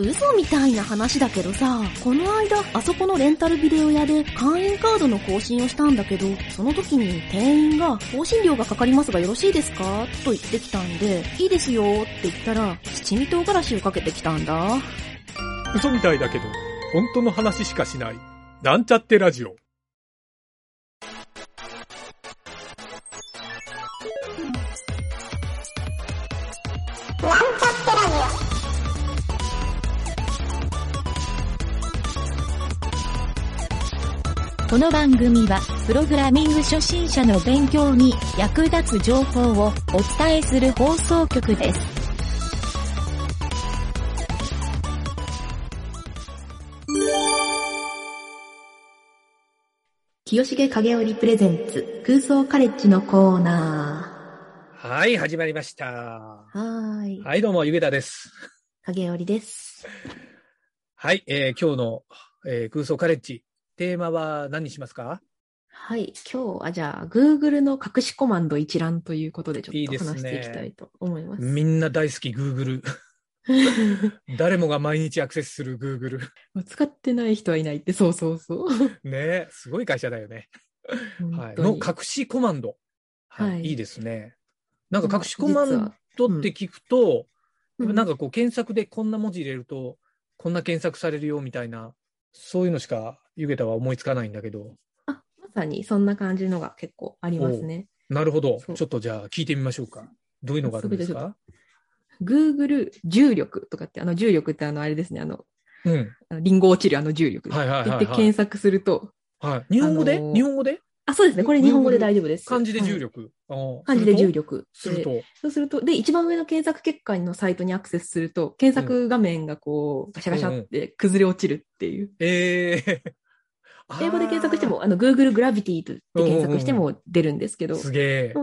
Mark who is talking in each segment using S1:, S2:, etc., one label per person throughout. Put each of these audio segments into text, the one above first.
S1: 嘘みたいな話だけどさ、この間、あそこのレンタルビデオ屋で会員カードの更新をしたんだけど、その時に店員が、更新料がかかりますがよろしいですかと言ってきたんで、いいですよって言ったら、七味唐辛子をかけてきたんだ。
S2: 嘘みたいだけど、本当の話しかしない。なんちゃってラジオ。
S3: この番組は、プログラミング初心者の勉強に役立つ情報をお伝えする放送局です。
S4: 清重影織プレゼンツ空想カレッジのコーナ
S2: はい、始まりました。
S4: ー。はーい。
S2: はい、どうも、ゆげたです。
S4: 影織です。
S2: はい、えー今日の、えー空想カレッジ。テーマは何にしますか
S4: はい。今日はじゃあ、Google の隠しコマンド一覧ということでち
S2: いい
S4: ょっ
S2: で
S4: と
S2: すね
S4: 話していきたいと思います。
S2: みんな大好き Google。誰もが毎日アクセスする Google。
S4: 使ってない人はいないって、 そうそうそう。
S2: ねえすごい会社だよね。は
S4: 本
S2: い、
S4: 当
S2: の
S4: に
S2: 隠しコマンド。はい。
S4: はい
S2: い、いですね。なんか隠しコマンドって聞くと、
S4: うん
S2: なんかこう検索でこんな文字入れると、こんな検索されるよみたいな、そういうのしか、ゆげたは思いつかないんだけど、
S4: あまさにそんな感じのが結構ありますね。
S2: なるほど
S4: そ。う
S2: ちょっとじゃあ聞いてみましょうか。どういうのがあるんですか
S4: Google 重力とかって、あの重力ってあのあれですね、あの、
S2: うん。
S4: あのリンゴ落ちるあの重力。
S2: はいはい
S4: っ
S2: は
S4: て
S2: い、は
S4: 検
S2: い。
S4: 索すると、
S2: はい、日本語で、
S4: あのー
S2: 日本語で
S4: あ、そうですね、これ日本語で大丈夫です。
S2: 漢字で重
S4: はい
S2: 力。ああ
S4: 漢字で重
S2: 力。
S4: 力。
S2: する
S4: で
S2: と、
S4: そうすると、で、一番上の検索結果のサイトにアクセスすると、検索画面がこう、ガシャガシャって崩れ落ちるっていう。
S2: ええ あー
S4: 英語で検索しても、あの、Google Gravity とって検索しても出るんですけど、
S2: すげえ。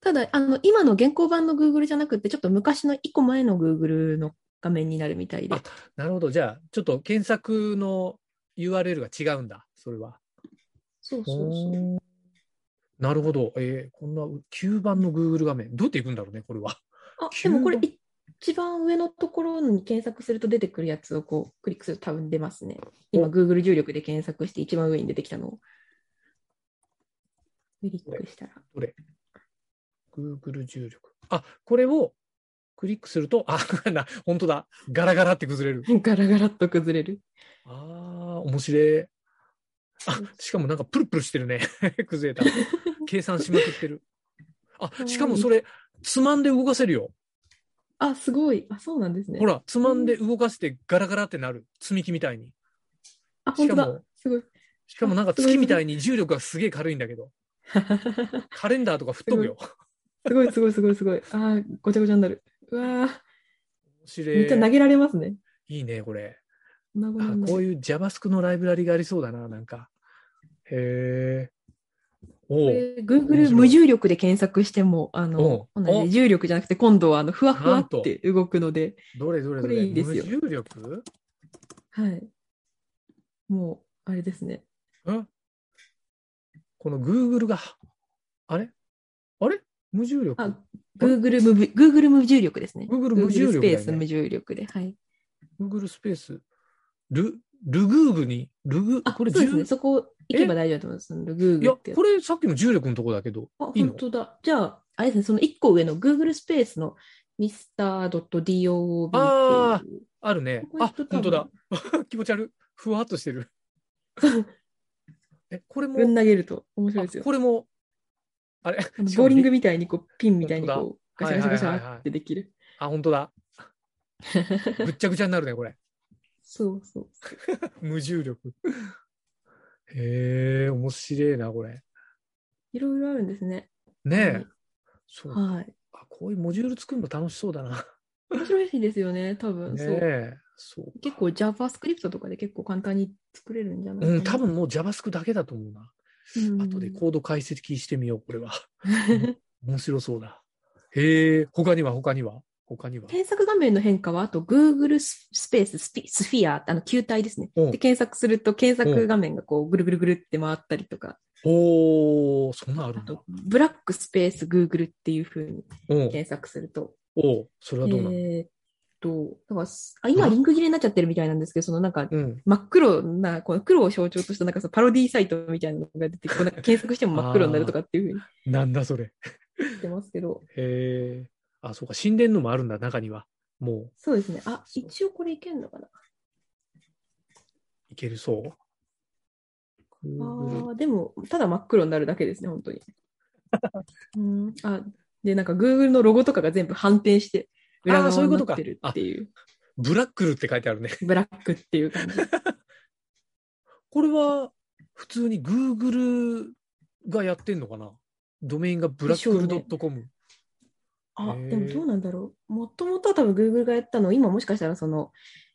S4: ただ、あの、今の現行版の Google じゃなくて、ちょっと昔の一個前の Google の画面になるみたいで
S2: あ、なるほど。じゃあ、ちょっと検索の URL が違うんだ、それは。
S4: そうそうそう。
S2: なるほど。えー、こんな9番の Google 画面、どうやっていくんだろうね、これは。
S4: あ、
S2: 急
S4: でもこれ
S2: だ
S4: い一番上のところに検索すると出てくるやつをこう、クリックすると多分出ますね。今、Google 重力で検索して一番上に出てきたのを。クリックしたら。
S2: Google 重力。あ、これをクリックすると、あ、な、本当だ。ガラガラって崩れる。
S4: ガラガラっと崩れる。
S2: あー、面白い。あ、しかもなんかプルプルしてるね。 崩れた。計算しまくってる。あ、しかもそれ、つまんで動かせるよ。
S4: あ、すごい。あ、そうなんですね。
S2: ほ。ら、つまんで動かしてガラガラってなる。積み木みたいに。
S4: あ、本当
S2: しか
S4: だ
S2: も。
S4: すごい。
S2: しかもなんか月みたいに重力がすげえ軽いんだけど、カレンダーとか吹っ飛ぶよ。
S4: すごい、すごい、すごい、すごい。あー、ごちゃごちゃになる。うわー、
S2: 面白い
S4: めっちゃ投げられますね。
S2: いいね、これ。
S4: なごな
S2: あ
S4: ん
S2: こう
S4: う。
S2: いう JavaScript のライブラリがありそうだな、なんか。へえ。お
S4: こ
S2: う
S4: れ Google 無重力で検索しても、あの、
S2: うん
S4: 同じ重力じゃなくて、今度はあのふわふわ
S2: なん
S4: っ
S2: と
S4: て動くので、
S2: どれどれど
S4: こ
S2: れ
S4: れいいですよ
S2: 無重力
S4: はい。もう、あれですね。
S2: んこの Google が、あれあれ無重力
S4: あ、Google 無、Google 無重力ですね。
S2: Google 無
S4: Google
S2: 重力
S4: ス
S2: だ
S4: ペ
S2: よ
S4: ー
S2: ね
S4: ス無重力で。はい。
S2: ?Google スペース。ル、ルグーグに、ルグ、
S4: あ、
S2: これ
S4: そうです
S2: 重
S4: ね。そこ行けば大丈夫だと思います。
S2: い
S4: Google
S2: や
S4: ってやつ、
S2: これさっきの重力のとこだけど、
S4: あ、
S2: いいの
S4: 本当だ。じゃあ、あれですね、その1個上の Google スペースの Mr.dob
S2: あ
S4: っていう
S2: あるね
S4: こ。こ行
S2: あ
S4: くと、多
S2: 本
S4: 分
S2: 当だ。 気持ち悪い。ふわっとしてる。え、これも、
S4: ぶん投げると面白いです
S2: あ
S4: よ。
S2: これも、あれ
S4: あの
S2: しか
S4: ボ
S2: も
S4: ーリングみたいにこうピンみたいに
S2: 本
S4: こう
S2: 当
S4: ガ
S2: だ
S4: シャガシャガシ
S2: はいはいはい
S4: ャ
S2: はい
S4: ってできる。
S2: あ、本当だ。ぐっちゃぐちゃになるね、これ。
S4: そうそう。
S2: 無重力。へえ、面白いな、これ。
S4: いろいろあるんですね。
S2: ねえ。
S4: はい
S2: そう、
S4: はい。
S2: あ。こういうモジュール作るの楽しそうだな。
S4: 面白いですよね、多分。
S2: ね
S4: そう
S2: え。そう。
S4: 結構 JavaScript とかで結構簡単に作れるんじゃないか
S2: う
S4: な。
S2: ん、多分もう JavaScript だけだと思うな。
S4: うん
S2: 後でコード解析してみよう、これは。面白そうだ。へえ、他には、他には、他には。
S4: 検索画面の変化は、あと Google ススペーススピスフィア、あの球体ですね。
S2: うん
S4: で検索すると検索画面がこうぐるぐるぐるって回ったりとか、
S2: おー、そんなんある
S4: あ
S2: んだ
S4: と。ブラックスペース Google っていう風に
S2: おう
S4: 検索すると、
S2: おうそれはどうなの、
S4: えーと、だからすあ今リンク切れになっちゃってるみたいなんですけど、そのなんか、
S2: うん。
S4: 真っ黒な、この黒を象徴としたなんかそのパロディサイトみたいなのが出て、こうなんか検索しても真っ黒になるとかっていうふうに
S2: なんだそれ。
S4: 言ってますけど、
S2: へえ。あ、そうか。死んでんのもあるんだ、中には。も
S4: そうですね。あ、一応これいけるのかな
S2: う、いけるそう。Google
S4: ああ、でも、ただ真っ黒になるだけですね、本当に。うん、あで、なんか Google のロゴとかが全部反転して、裏
S2: あー
S4: 側
S2: そういう
S4: に
S2: こ
S4: な
S2: とか
S4: ってるっていう、
S2: ブラックルって書いてあるね。
S4: ブラックっていう感じ。
S2: これは、普通に Google がやってんのかなドメインがブラックルドットコム。
S4: あ、
S2: へー
S4: でもどうなんだろう。もともとは多分 Google がやったのを、今もしかしたらその、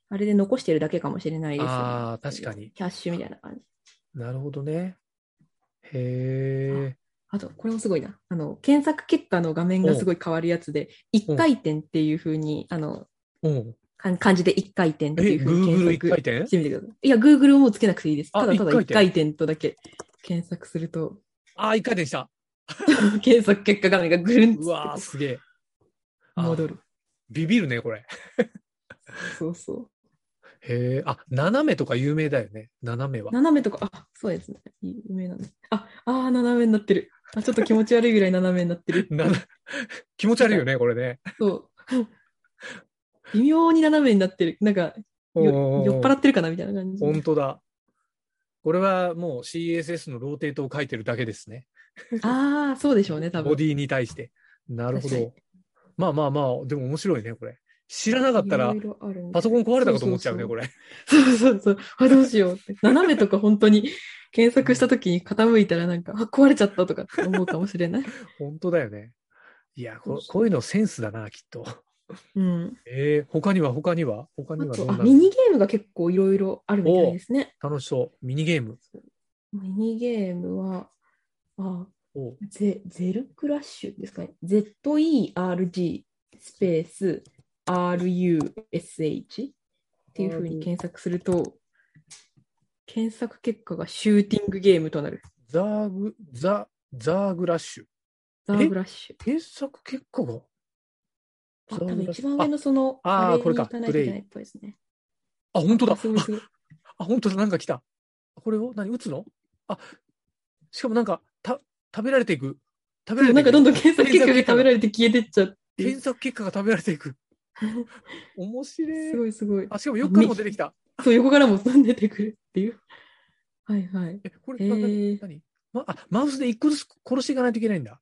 S4: あれで残してるだけかもしれないですよね。
S2: ああ、確かに。
S4: キャッシュみたいな感じ。
S2: なるほどね。へえ。
S4: あと、これもすごいな。あの、検索結果の画面がすごい変わるやつで、一回転っていうふうに、あの、
S2: うん。
S4: かん漢字で一回転って
S2: え、
S4: いうふうに
S2: Google 一
S4: 検索
S2: 回転
S4: してみてください。いや、Google をもうつけなくていいです。
S2: あ
S4: ただただ
S2: 一
S4: 一
S2: 回転
S4: 回転とだけ検索すると、
S2: ああ、一回転した。
S4: 検索結果画面がぐるんっつって
S2: うわー、すげえ。あー
S4: 戻る。
S2: ビビるね、これ。
S4: そうそう。
S2: へえ。あ、斜めとか有名だよね。斜めは。。
S4: 斜めとか、あ、そうですね。有名なんです。あ、あー、斜めになってる。あ、ちょっと気持ち悪いぐらい斜めになってる
S2: な 気持ち悪いよね、これね。
S4: そう。微妙に斜めになってる。なんか、よ
S2: おー
S4: 酔っ払ってるかなみたいな感じ。
S2: 本当だ。これはもう CSS のローテートを書いてるだけですね。
S4: ああ、そうでしょうね、多分。
S2: ボディに対して。なるほ
S4: 確
S2: ど。まあまあまあ、でも面白いね、これ。知らなかったら
S4: い、ろいろあるんで
S2: パソコン壊れたかと思っちゃうね、これ。
S4: そうそうそう。あ、どうしようって。斜めとか本当に検索した時に傾いたらなんか、あ、壊れちゃったとかって思うかもしれ ない。
S2: 本当だよね。いや
S4: そう
S2: こ、
S4: そう
S2: こういうのセンスだな、きっと。
S4: うん。
S2: えー、他には、他には、他
S4: あ
S2: にはどん
S4: と、
S2: な
S4: あ、
S2: の
S4: ミニゲームが結構いろいろあるみたいですね。
S2: 楽しそう。ミニゲーム。
S4: ミニゲームは、あ、
S2: おう
S4: ゼゼルクラッシュですかね。ZERG スペース RUSH っていうふうに検索すると、検索結果がシューティングゲームとなる。
S2: ザーグ、ザ、ザーグラッシュ。
S4: ザーグラッシュ。
S2: 検索結果が。
S4: あ、
S2: ザ
S4: 多
S2: ー
S4: 分
S2: グラッシ
S4: 一
S2: ュ
S4: 番上のその、
S2: ああー
S4: れ
S2: これか
S4: に行かないといけないっぽいですね。
S2: あ、あ本当だ。
S4: すごいすごい。
S2: あ、本当だ、なんか来た。これを何打つのあ、しかもなんか、た、食べられていく。食べられて
S4: ないん
S2: く。
S4: かどんどん検索結果が食べられて消えてっちゃう。
S2: 検索結果が食べられて いく。面白い。
S4: すごいすごい。
S2: あ、しかもよくからも出てきた。
S4: そう、横からも飛んでてくるっていう。はいはい。
S2: え、これ、
S4: へ
S2: な
S4: ー
S2: 何ま、あ、マウスで一個ずつ殺していかないといけないんだ。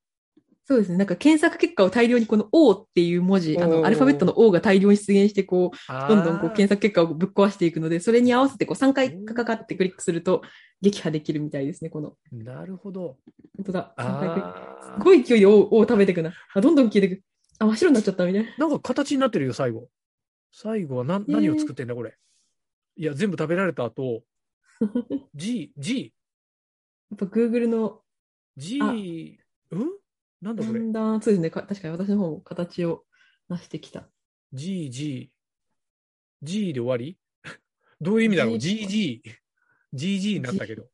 S4: そうですね。なんか検索結果を大量にこの O っていう文字、あ
S2: お
S4: の、
S2: ー
S4: アルファベットの O が大量に出現して、こう、
S2: あー
S4: どんどんこう検索結果をぶっ壊していくので、それに合わせてこう3回かかってクリックすると撃破できるみたいですね、この。
S2: なるほど。
S4: 本当だ。三回クリック
S2: あ
S4: す
S2: ー
S4: ごい勢いで O, o を食べていくな。あ、どんどん消えていく。あ、真っ白になっちゃったみたいな。
S2: なんか形になってるよ、最後。最後は何
S4: えー
S2: 何を作ってんだ、これ。いや、全部食べられ た後、G、G、
S4: やっぱ Google の
S2: G、うんなんだ
S4: だ
S2: これ。
S4: んだん、そうですね。か確かに私の方も形をなしてきた。
S2: G、G、G で終わり どういう意味だろう
S4: G
S2: ?G、G、G、G になったけど。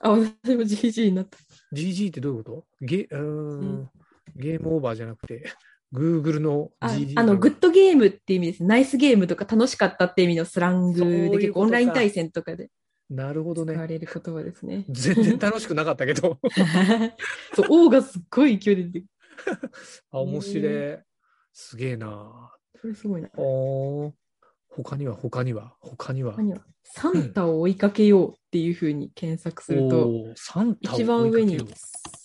S4: あ、私も GG になった。
S2: G、G ってどういうことゲ、うーん、ゲームオーバーじゃなくて、Google の
S4: あ
S2: G、G。
S4: あの、グッドゲームって意味です。ナイスゲームとか楽しかったって意味のスラング
S2: そういう
S4: で
S2: こと
S4: 結構
S2: か
S4: オンライン対戦とかで
S2: なるほど
S4: 使わ
S2: ね。
S4: れる言葉ですね。
S2: 全然楽しくなかったけど。
S4: そう、王がすっごい勢いで出てくる。
S2: あ、面白い。すげえな。
S4: これすごいな。
S2: おー他には他には他には
S4: 何はサンタを追いかけようっていうふうに検索すると、
S2: おーサンタを
S4: 一番上
S2: 追い
S4: に
S2: かけよ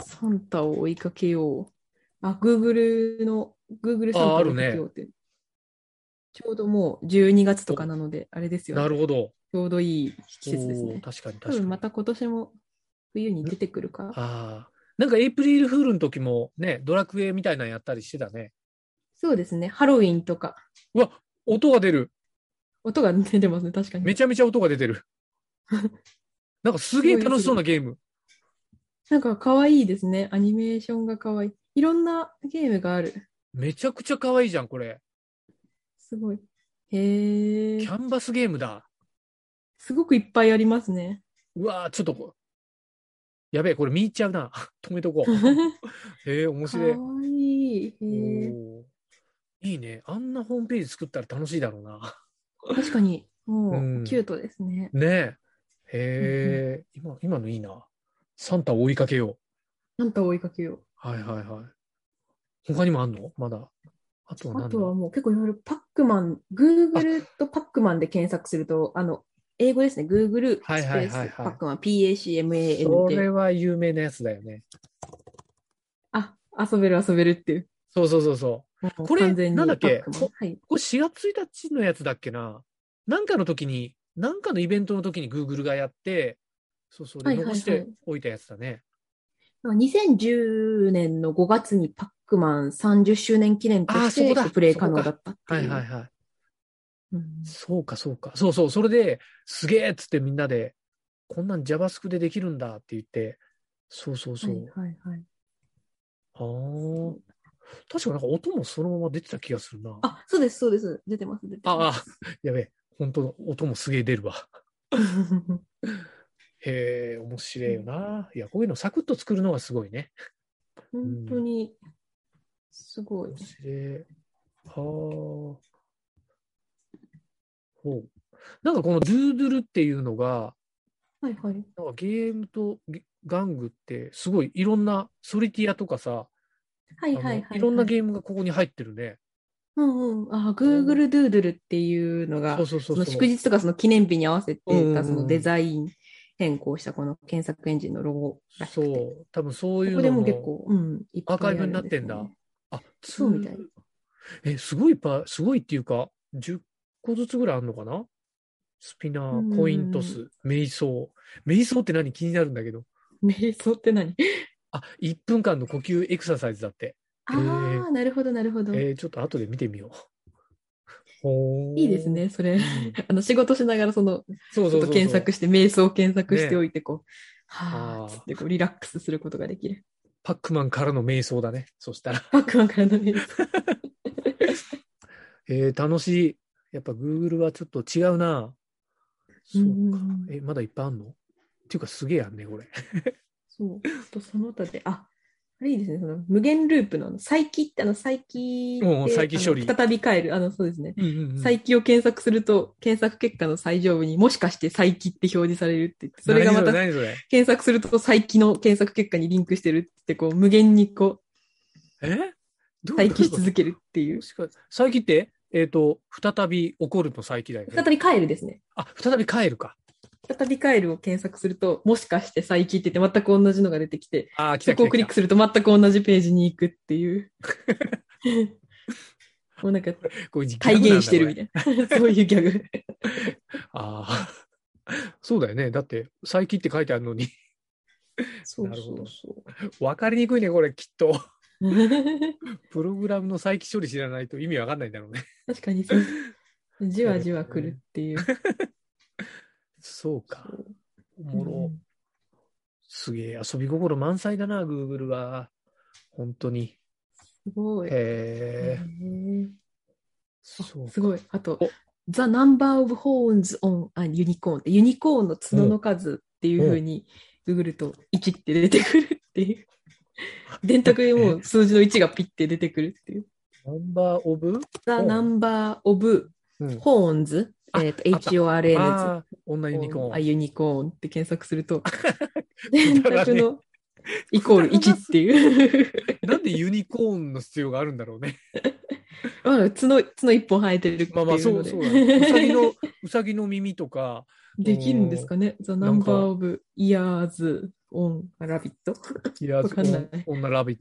S4: サンタを追いかけよう。あ、Google の、Google サンタを追いかけようって。ちょうどもう12月とかなので、あれです
S2: う
S4: よね
S2: な。るほど
S4: ちょうどいい季節です
S2: おー
S4: ね。
S2: 確かに
S4: 多
S2: 確かに
S4: 分また今年も冬に出てくるか。
S2: あーなんかエイプリルフールの時もねドラクエみたいなのやったりしてたね
S4: そうですね。ハロウィンとか。
S2: うわ音が出る
S4: 音が出てますね、確かに。
S2: めちゃめちゃ音が出 てるなんかすげえ楽しそうなゲーム
S4: なんか可愛いですね。アニメーションが可愛い。いろんなゲームがある。
S2: めちゃくちゃ可愛いじゃんこれ
S4: すごい。へ
S2: キ
S4: え。
S2: ャンバスゲームだ
S4: すごくいっぱいありますね。
S2: うわーちょっとこやべえこれ見入っちゃう な止めとこうへえ面
S4: 可
S2: 白
S4: 愛
S2: い
S4: い。へえ。
S2: おーいいね。あんなホームページ作ったら楽しいだろうな。
S4: 確かに、
S2: う
S4: も
S2: ん
S4: う、キュートですね。
S2: ねえ。 へえ、今、今のいいな。サンタを追いかけよう。
S4: なんか追いかけよ
S2: はいはいはい。他にもあんのまだ。あとは
S4: う。
S2: 何だ
S4: あとはもう結構いろいろパックマン、Google とパックマンで検索すると、あの、英語ですね。Google スペ
S2: はいはいはいはい
S4: ースパックマン、PACMAN
S2: それ
S4: で。
S2: は有名なやつだよね。
S4: あ、遊べる遊べるっていう。
S2: そうそうそうそう。
S4: もう
S2: これ
S4: 完全に
S2: なんだっけ
S4: パックマン
S2: こ
S4: はい。
S2: これ4月1日のやつだっけな。なんかの時に、なんかのイベントの時に Google がやって、そうそう、で
S4: はいはいは
S2: 残
S4: い
S2: しておいたやつだね。
S4: 2010年の5月にパックマン30周年記念と
S2: あー
S4: し
S2: そこ
S4: て
S2: だ
S4: プレイ可能だったって。
S2: はいいうはいはい。
S4: うん
S2: そうかそうか。そうそう、それで、すげえっつってみんなで、こんなん JavaScript でできるんだって言って、そうそうそう。
S4: はいはいはい。
S2: あー確かなんか音もそのまま出てた気がするな。
S4: あ、そうです、そうです。出てます、出て
S2: あ
S4: ま
S2: あ
S4: す。、
S2: やべえ。本当の音もすげえ出るわ。
S4: あ
S2: へえ、面白いよな。いや、こういうのサクッと作るのがすごいね。
S4: 本当に、すごい
S2: 面。白い。はあ。ほう。なんかこのドゥードゥルっていうのが、
S4: はいはい。
S2: なんかゲームとゲ玩具ってすごいいろんなソリティアとかさ、
S4: はいはいはい
S2: あ
S4: は
S2: の
S4: い。
S2: いろんなゲームがここに入ってるね。
S4: うんうん。あ、Google Doodle っていうのが
S2: そう、そうそ
S4: そう
S2: そ
S4: の
S2: う。
S4: 祝日とかその記念日に合わせて
S2: うんうんう
S4: た
S2: ん
S4: そのデザイン変更したこの検索エンジンのロゴらしくて。
S2: そう。多分そうい
S4: こ
S2: う
S4: こで
S2: の
S4: も
S2: も。
S4: 結構、うん、いっぱい
S2: アーカイブにな
S4: あ
S2: っ
S4: る
S2: て
S4: ですね
S2: んだあ、
S4: そうみたい
S2: ツールえ、すごいいっぱい、すごいっていうか、10個ずつぐらいあるのかなスピナ
S4: うん
S2: ー、コイントス、瞑想。瞑想って何気になるんだけど。
S4: 瞑想って何
S2: あ、1分間の呼吸エクササイズだって。
S4: ああ、なるほど、なるほど。
S2: えーちょっと後で見てみよう。ほ ー
S4: いいです。ね、それ。あの仕事しながら、その、ちょっ
S2: そうそうそう
S4: と
S2: そう。
S4: 検索して、瞑想を検索しておいて、こう、
S2: あ
S4: はー
S2: ー
S4: っつって、こう、リラックスすることができる。
S2: パックマンからの瞑想だね。そしたら。
S4: パックマンからの瞑想。
S2: えー楽しい。やっぱ Google はちょっと違うな。そううん
S4: う
S2: か。
S4: んうん
S2: え、まだいっぱいあんのっていうかすげえやんね、これ。
S4: そう。あと、その他で、あ、あれいいですね、その、無限ループの、あの再起って、あの、再起
S2: うんうん
S4: で
S2: 再起処理
S4: あの再び変える、あの、そうですね。
S2: うんうんうん
S4: 再起を検索すると、検索結果の最上部にもしかして再起って表示されるって言って、それがまた
S2: 何それ
S4: 検索すると再起の検索結果にリンクしてるって言って、こう、無限にこ
S2: 何それえど
S4: う、
S2: ういう
S4: 再起し
S2: こと
S4: 続けるっていう
S2: も。しか再起って、えっ、と、再び起こるの再起だよね。
S4: 再び帰るですね。
S2: あ、再び帰るか。
S4: 再び帰るを検索すると、もしかして再起って言って全く同じのが出てきて、
S2: あー、来
S4: そ
S2: た来た来た。
S4: こをクリックすると全く同じページに行くって いう。もうなんか
S2: こういうギャグ
S4: 体
S2: なんだ
S4: 現してるみたいな。 そういうギャグ。
S2: これああ。 そうだよね。だって、再起って書いてあるのに、
S4: そう
S2: なる
S4: そ
S2: ほど
S4: うそ
S2: わかりにくいね、これ、きっと。
S4: う。
S2: プログラムの再起処理知らないと意味わかんないんだろうね。
S4: 確かにそう。 じわじわ来るっていう。
S2: そうか。おもろ。
S4: うん
S2: すげえ、遊び心満載だな、Google は。本当に。
S4: すごい。
S2: へえ、
S4: ね
S2: そう
S4: すごい。あと
S2: お、
S4: The number of horns on a unicorn って、ユニコーンの角の数っていうふうに、ググると1って出てくるっていう。 電卓にもう数字の1がピッて出てくるっていう。
S2: ナンバーオブ
S4: The number of
S2: うん。
S4: horns、
S2: あ
S4: えっと、
S2: あった
S4: horns
S2: ああ、女ユニコ
S4: on
S2: ー
S4: a
S2: ン。
S4: unicorn って検索する と、電
S2: くだら
S4: 卓
S2: ねえ
S4: のイコール1っていう。
S2: なんでユニコーンの必要があるんだろうね。
S4: まあ角、角一本生えてるっていう
S2: まあまあ、そう
S4: ので。
S2: そうだ、ね。うさぎの、うさぎの耳とか、
S4: できるんですかね ?The
S2: なんか
S4: number of years on a rabbit?
S2: いや、
S4: わかんない
S2: お女ラビッ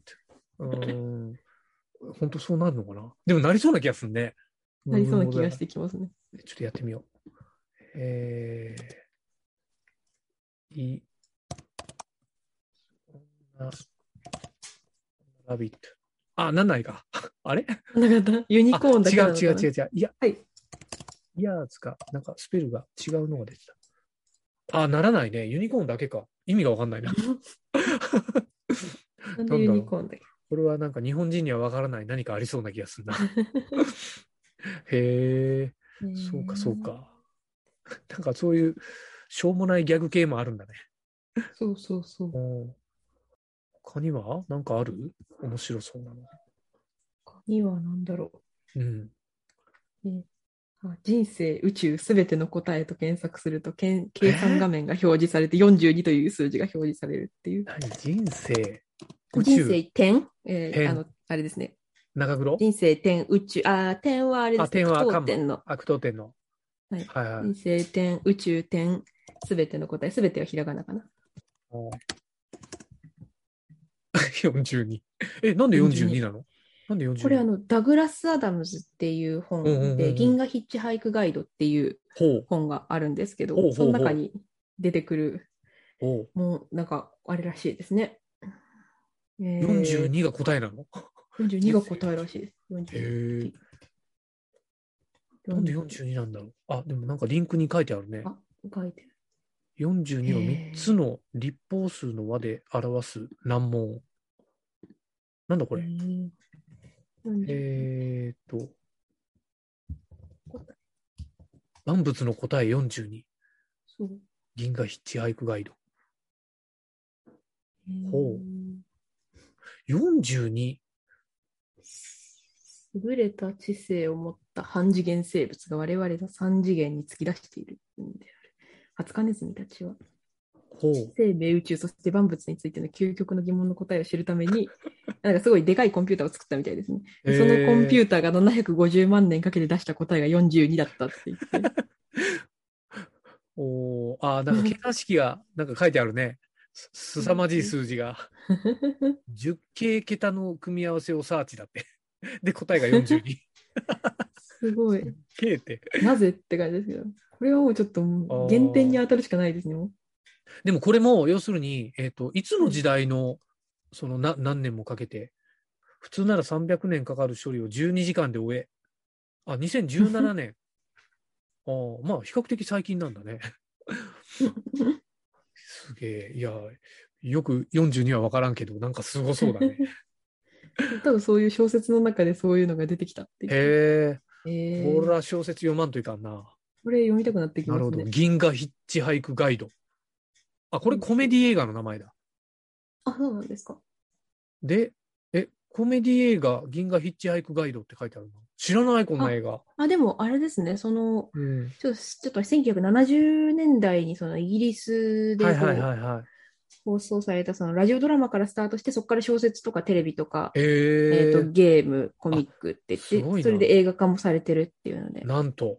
S2: ト。うーん。本当そうなるのかなでもなりそうな気がするね。
S4: なりそうな気がしてきますね。
S2: ちょっとやってみよう。えー、い、女ラビット。あ、なんないか。あれ
S4: なんかユニコーンだけ
S2: あ
S4: な
S2: 違
S4: の
S2: う
S4: かな
S2: 違う違う違う。いや、
S4: はい。
S2: いやーつか、なんかスペルが違うのが出てた。あ、ならないね。ユニコーンだけか。意味がわかんないな。
S4: なんでユニコーンだっけ
S2: これはなんか日本人にはわからない何かありそうな気がするな。 へえ、そうかそう。か。なんかそういうしょうもないギャグ系もあるんだね。
S4: そうそうそう。
S2: うん他にはなんかある面白そうなの。
S4: 他には何だろう。
S2: うん。
S4: あ人生、宇宙、すべての答えと検索すると、けん計算画面が表示されて、42という数字が表示されるっていう。
S2: 何人生
S4: 人
S2: 宇宙
S4: 生点、えー
S2: 点
S4: あの、あれですね。
S2: 長黒
S4: 人生点、宇宙、あー、点はあれですね。
S2: あ点は
S4: 句読
S2: カンマ
S4: 点の。
S2: 悪党天の。
S4: はい
S2: はいはい
S4: 人生点、宇宙点、すべての答え、すべてはひらがなかな。
S2: おー 42。え、なんで42なのなんで42
S4: これあの、ダグラス・アダムズっていう本で、
S2: うんうんうんうん
S4: 銀河ヒッチハイクガイドっていう
S2: ほう、
S4: 本があるんですけど、
S2: ほうほうほう
S4: その中に出てくる、
S2: ほう。
S4: もうなんか、あれらしいですね。えー
S2: 42が答えなの
S4: 42が答えらしいです。42
S2: へえ。なんで42なんだろうあ、でもなんかリンクに書いてあるね。
S4: あ、書いてる。
S2: 42を
S4: へえ
S2: 3つの立方数の和で表す難問。なんだこれ
S4: へー40
S2: えーっと。万物の答え42。
S4: そう。
S2: 銀河ヒッチハイクガイド。
S4: へー
S2: ほ42。
S4: 優れた知性を持った半次元生物が我々の三次元に突き出しているんである。ハツカネズミたちは
S2: ほう。
S4: 生命、宇宙、そして万物についての究極の疑問の答えを知るために、 なんかすごいでかいコンピューターを作ったみたいですね。そのコンピュ
S2: ー
S4: ーターが750万年かけて出した答えが42だったって言って。
S2: ター。おーあー、なんか計算式が、なんか書いてあるね。すすさまじい数字が。10系桁の組み合わせをサーチだって。で、答えが42。
S4: すごい。
S2: K って。
S4: なぜって感じですけど、これはもうちょっともう
S2: あー
S4: 原点に当たるしかないですね。もう
S2: でもこれも、要するに、えっ、と、いつの時代の、そのな何年もかけて、普通なら300年かかる処理を12時間で終え。あ、2017年。あーまあ、比較的最近なんだね。すげえ。いや、よく42は分からんけど、なんかすごそうだね。
S4: 多分そういう小説の中でそういうのが出てきたっていう。
S2: へえ。
S4: えー
S2: これは小説読まんといかんな。
S4: これ読みたくなってき
S2: な
S4: ま
S2: る
S4: す
S2: ほど。
S4: ね。
S2: 銀河ヒッチハイクガイド。あ、これコメディ映画の名前だ。
S4: あ、そうなんですか。
S2: で、え、コメディ映画、銀河ヒッチハイクガイドって書いてあるの知らない、こんな映画。
S4: あ、でもあれですね、その、
S2: うん。
S4: ちょっとちょっと1970年代にそのイギリスで
S2: は
S4: こ
S2: いはいうはいはい。
S4: 放送されたそのラジオドラマからスタートして、そこから小説とかテレビとか、
S2: え
S4: えー
S2: ー
S4: とゲーム、コミックって言っ
S2: すごい
S4: て、
S2: な
S4: それで映画化もされてるっていうの で、
S2: なんと、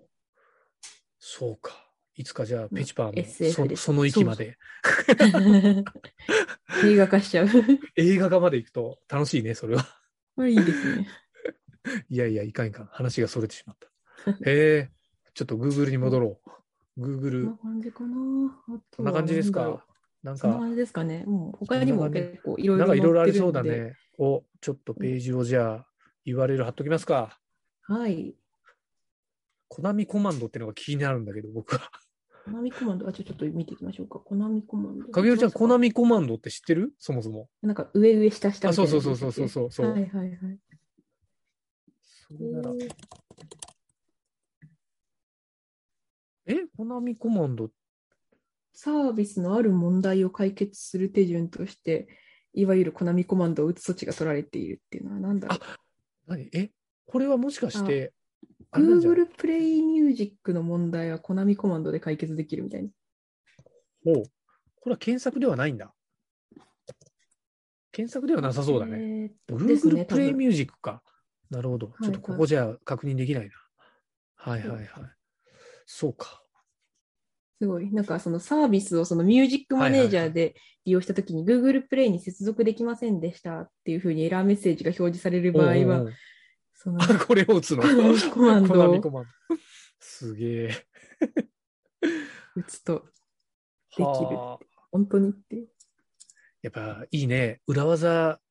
S2: そうか。いつかじゃあ、ペチパーも、
S4: SF
S2: そ
S4: です
S2: その域まで、
S4: 映画化し ちゃう。
S2: 映画化まで行くと楽しいね、それは。
S4: これいいですね。
S2: いやいや、いかんいかん。話がそれてしま った。へえ、ちょっと Google に戻ろう。
S4: こん
S2: Google
S4: な、感じかな。あと
S2: こん
S4: は
S2: な感じで
S4: な
S2: す
S4: んだろう
S2: か。なん
S4: そんな
S2: か、
S4: 感じですかね。もう他に
S2: そ
S4: も
S2: んな感じ
S4: 結構いろい
S2: な
S4: ろ
S2: んかいろいろあ
S4: 載って
S2: り
S4: る
S2: そうん
S4: で
S2: だ。ね。を、ちょっとページをじゃあ、URL 貼っときますか。
S4: はい。
S2: コナミコマンドってのが気になるんだけど、僕は。
S4: コナミコマンド、あ、ちょちょっと見ていきま しょうか。コナミコマンド。
S2: かげるちゃん、コナ
S4: ミ。
S2: ミコマンドって知ってるそもそも。
S4: なんか上上下下
S2: あ、
S4: みた
S2: そ
S4: いうな
S2: そうそうそうそう
S4: う。
S2: そうそう。
S4: はいはいはい。
S2: それならえ、コナミコマンド、
S4: サービスのある問題を解決する手順として、いわゆるコナミコマンドを打つ措置が取られているっていうのは何だろう。
S2: 何え、これはもしかして、あれなんじゃない
S4: Google プレイミュージックの問題はコナミコマンドで解決できるみたいな。
S2: ほうこれは検索ではないんだ。検索ではなさそうだね。
S4: ね。ですね多
S2: Google プレイ
S4: 分
S2: ミュージックか。なるほど。
S4: い
S2: ちょっとここじゃ確認できないな。はいはいはい。そうか。
S4: すごい。なんかそのサービスをそのミュージックマネージャーで利用したときに Google プレイに接続できませんでしたっていうふうにエラーメッセージが表示される場合
S2: おうおう
S4: は
S2: おう、
S4: その
S2: これを打つの。
S4: コナミコマンド
S2: コナミ
S4: を
S2: コマンドすげえ。
S4: 打つときる
S2: はあ
S4: 本当にっていう。
S2: やっぱいいね。裏技、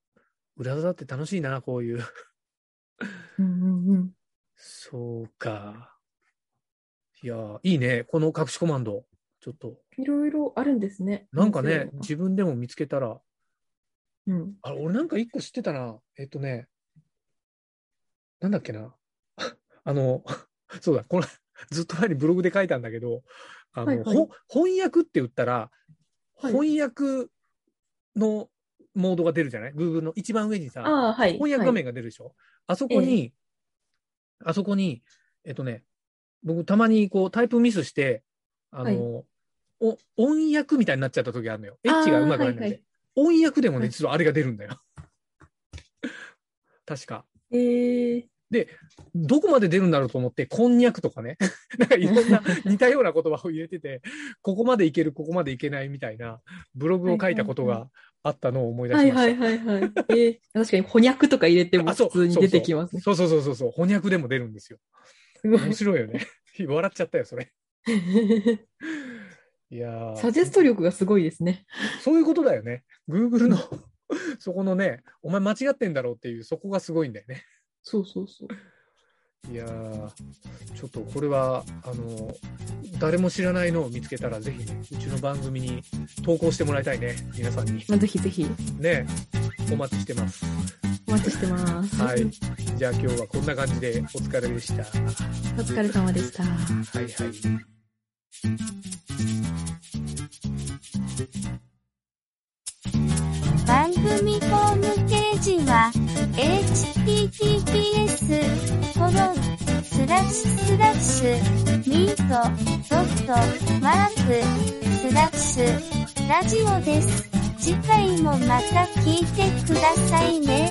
S2: 裏技って楽しいな、こういう。
S4: うんうんうん。
S2: そうか。いやー、いいね。この隠しコマンド。ちょっと、
S4: いろいろあるんですね。
S2: なんかね、
S4: 面白い
S2: 自分でも見つけたら、
S4: のがうん。
S2: あ、俺なんか一個知ってたな。えっとね、なんだっけな。 あの、 そうだ、この、ずっと前にブログで書いたんだけど、あの、
S4: はいはい
S2: ほ翻訳って言ったら、
S4: はい
S2: 翻訳のモードが出るじゃない ?Google の一番上にさ、
S4: ああ、はい。
S2: 翻訳画面が出るでしょ、あそこに、あそこに、えっとね、僕たまにこうタイプミスして、あの、お音訳みたいになっちゃった時あるのよ。エッチがうまくないので、
S4: あーはいはい
S2: 音訳でも
S4: は
S2: ね、
S4: い
S2: 実はあれが出るんだよ。 確か。
S4: えー、
S2: どこまで出るんだろうと思って、こんにゃくとかね。 なんかいろん な似たような言葉を入れてて、ここまでいける、ここまでいけないみたいなブログを書いたことがあったのを思い出
S4: は
S2: し
S4: い
S2: ま
S4: は
S2: し
S4: い
S2: た。
S4: はいはい。えー、確かに、翻訳とか入れても
S2: あそう
S4: 普通に出てきますね。
S2: そうそうそうそうそう、翻訳でも出るんですよ。
S4: すご
S2: 面
S4: い。
S2: 白いよね。 笑っちゃったよ、それ。いやー
S4: サジェスト力がすごいですね。
S2: そういうことだよね。Google の、 そこのね、お前間違ってんだろうっていう、そこがすごいんだよね。
S4: そうそうそう。
S2: いやー、ちょっとこれは、あの、誰も知らないのを見つけたら、ぜひね、うちの番組に投稿してもらいたいね。皆さんに。
S4: まあ、ぜひぜひ、
S2: ね、お待ちしてます。
S4: お待ちしてます。
S2: はい。じゃあ今日はこんな感じでお疲れでした。は
S4: お疲れ様でした。
S2: いはい。
S5: 番組ホームページは https コロンスラッシュスラッシュミートドットマークスラッシュラジオです。次回もまた聞いてくださいね。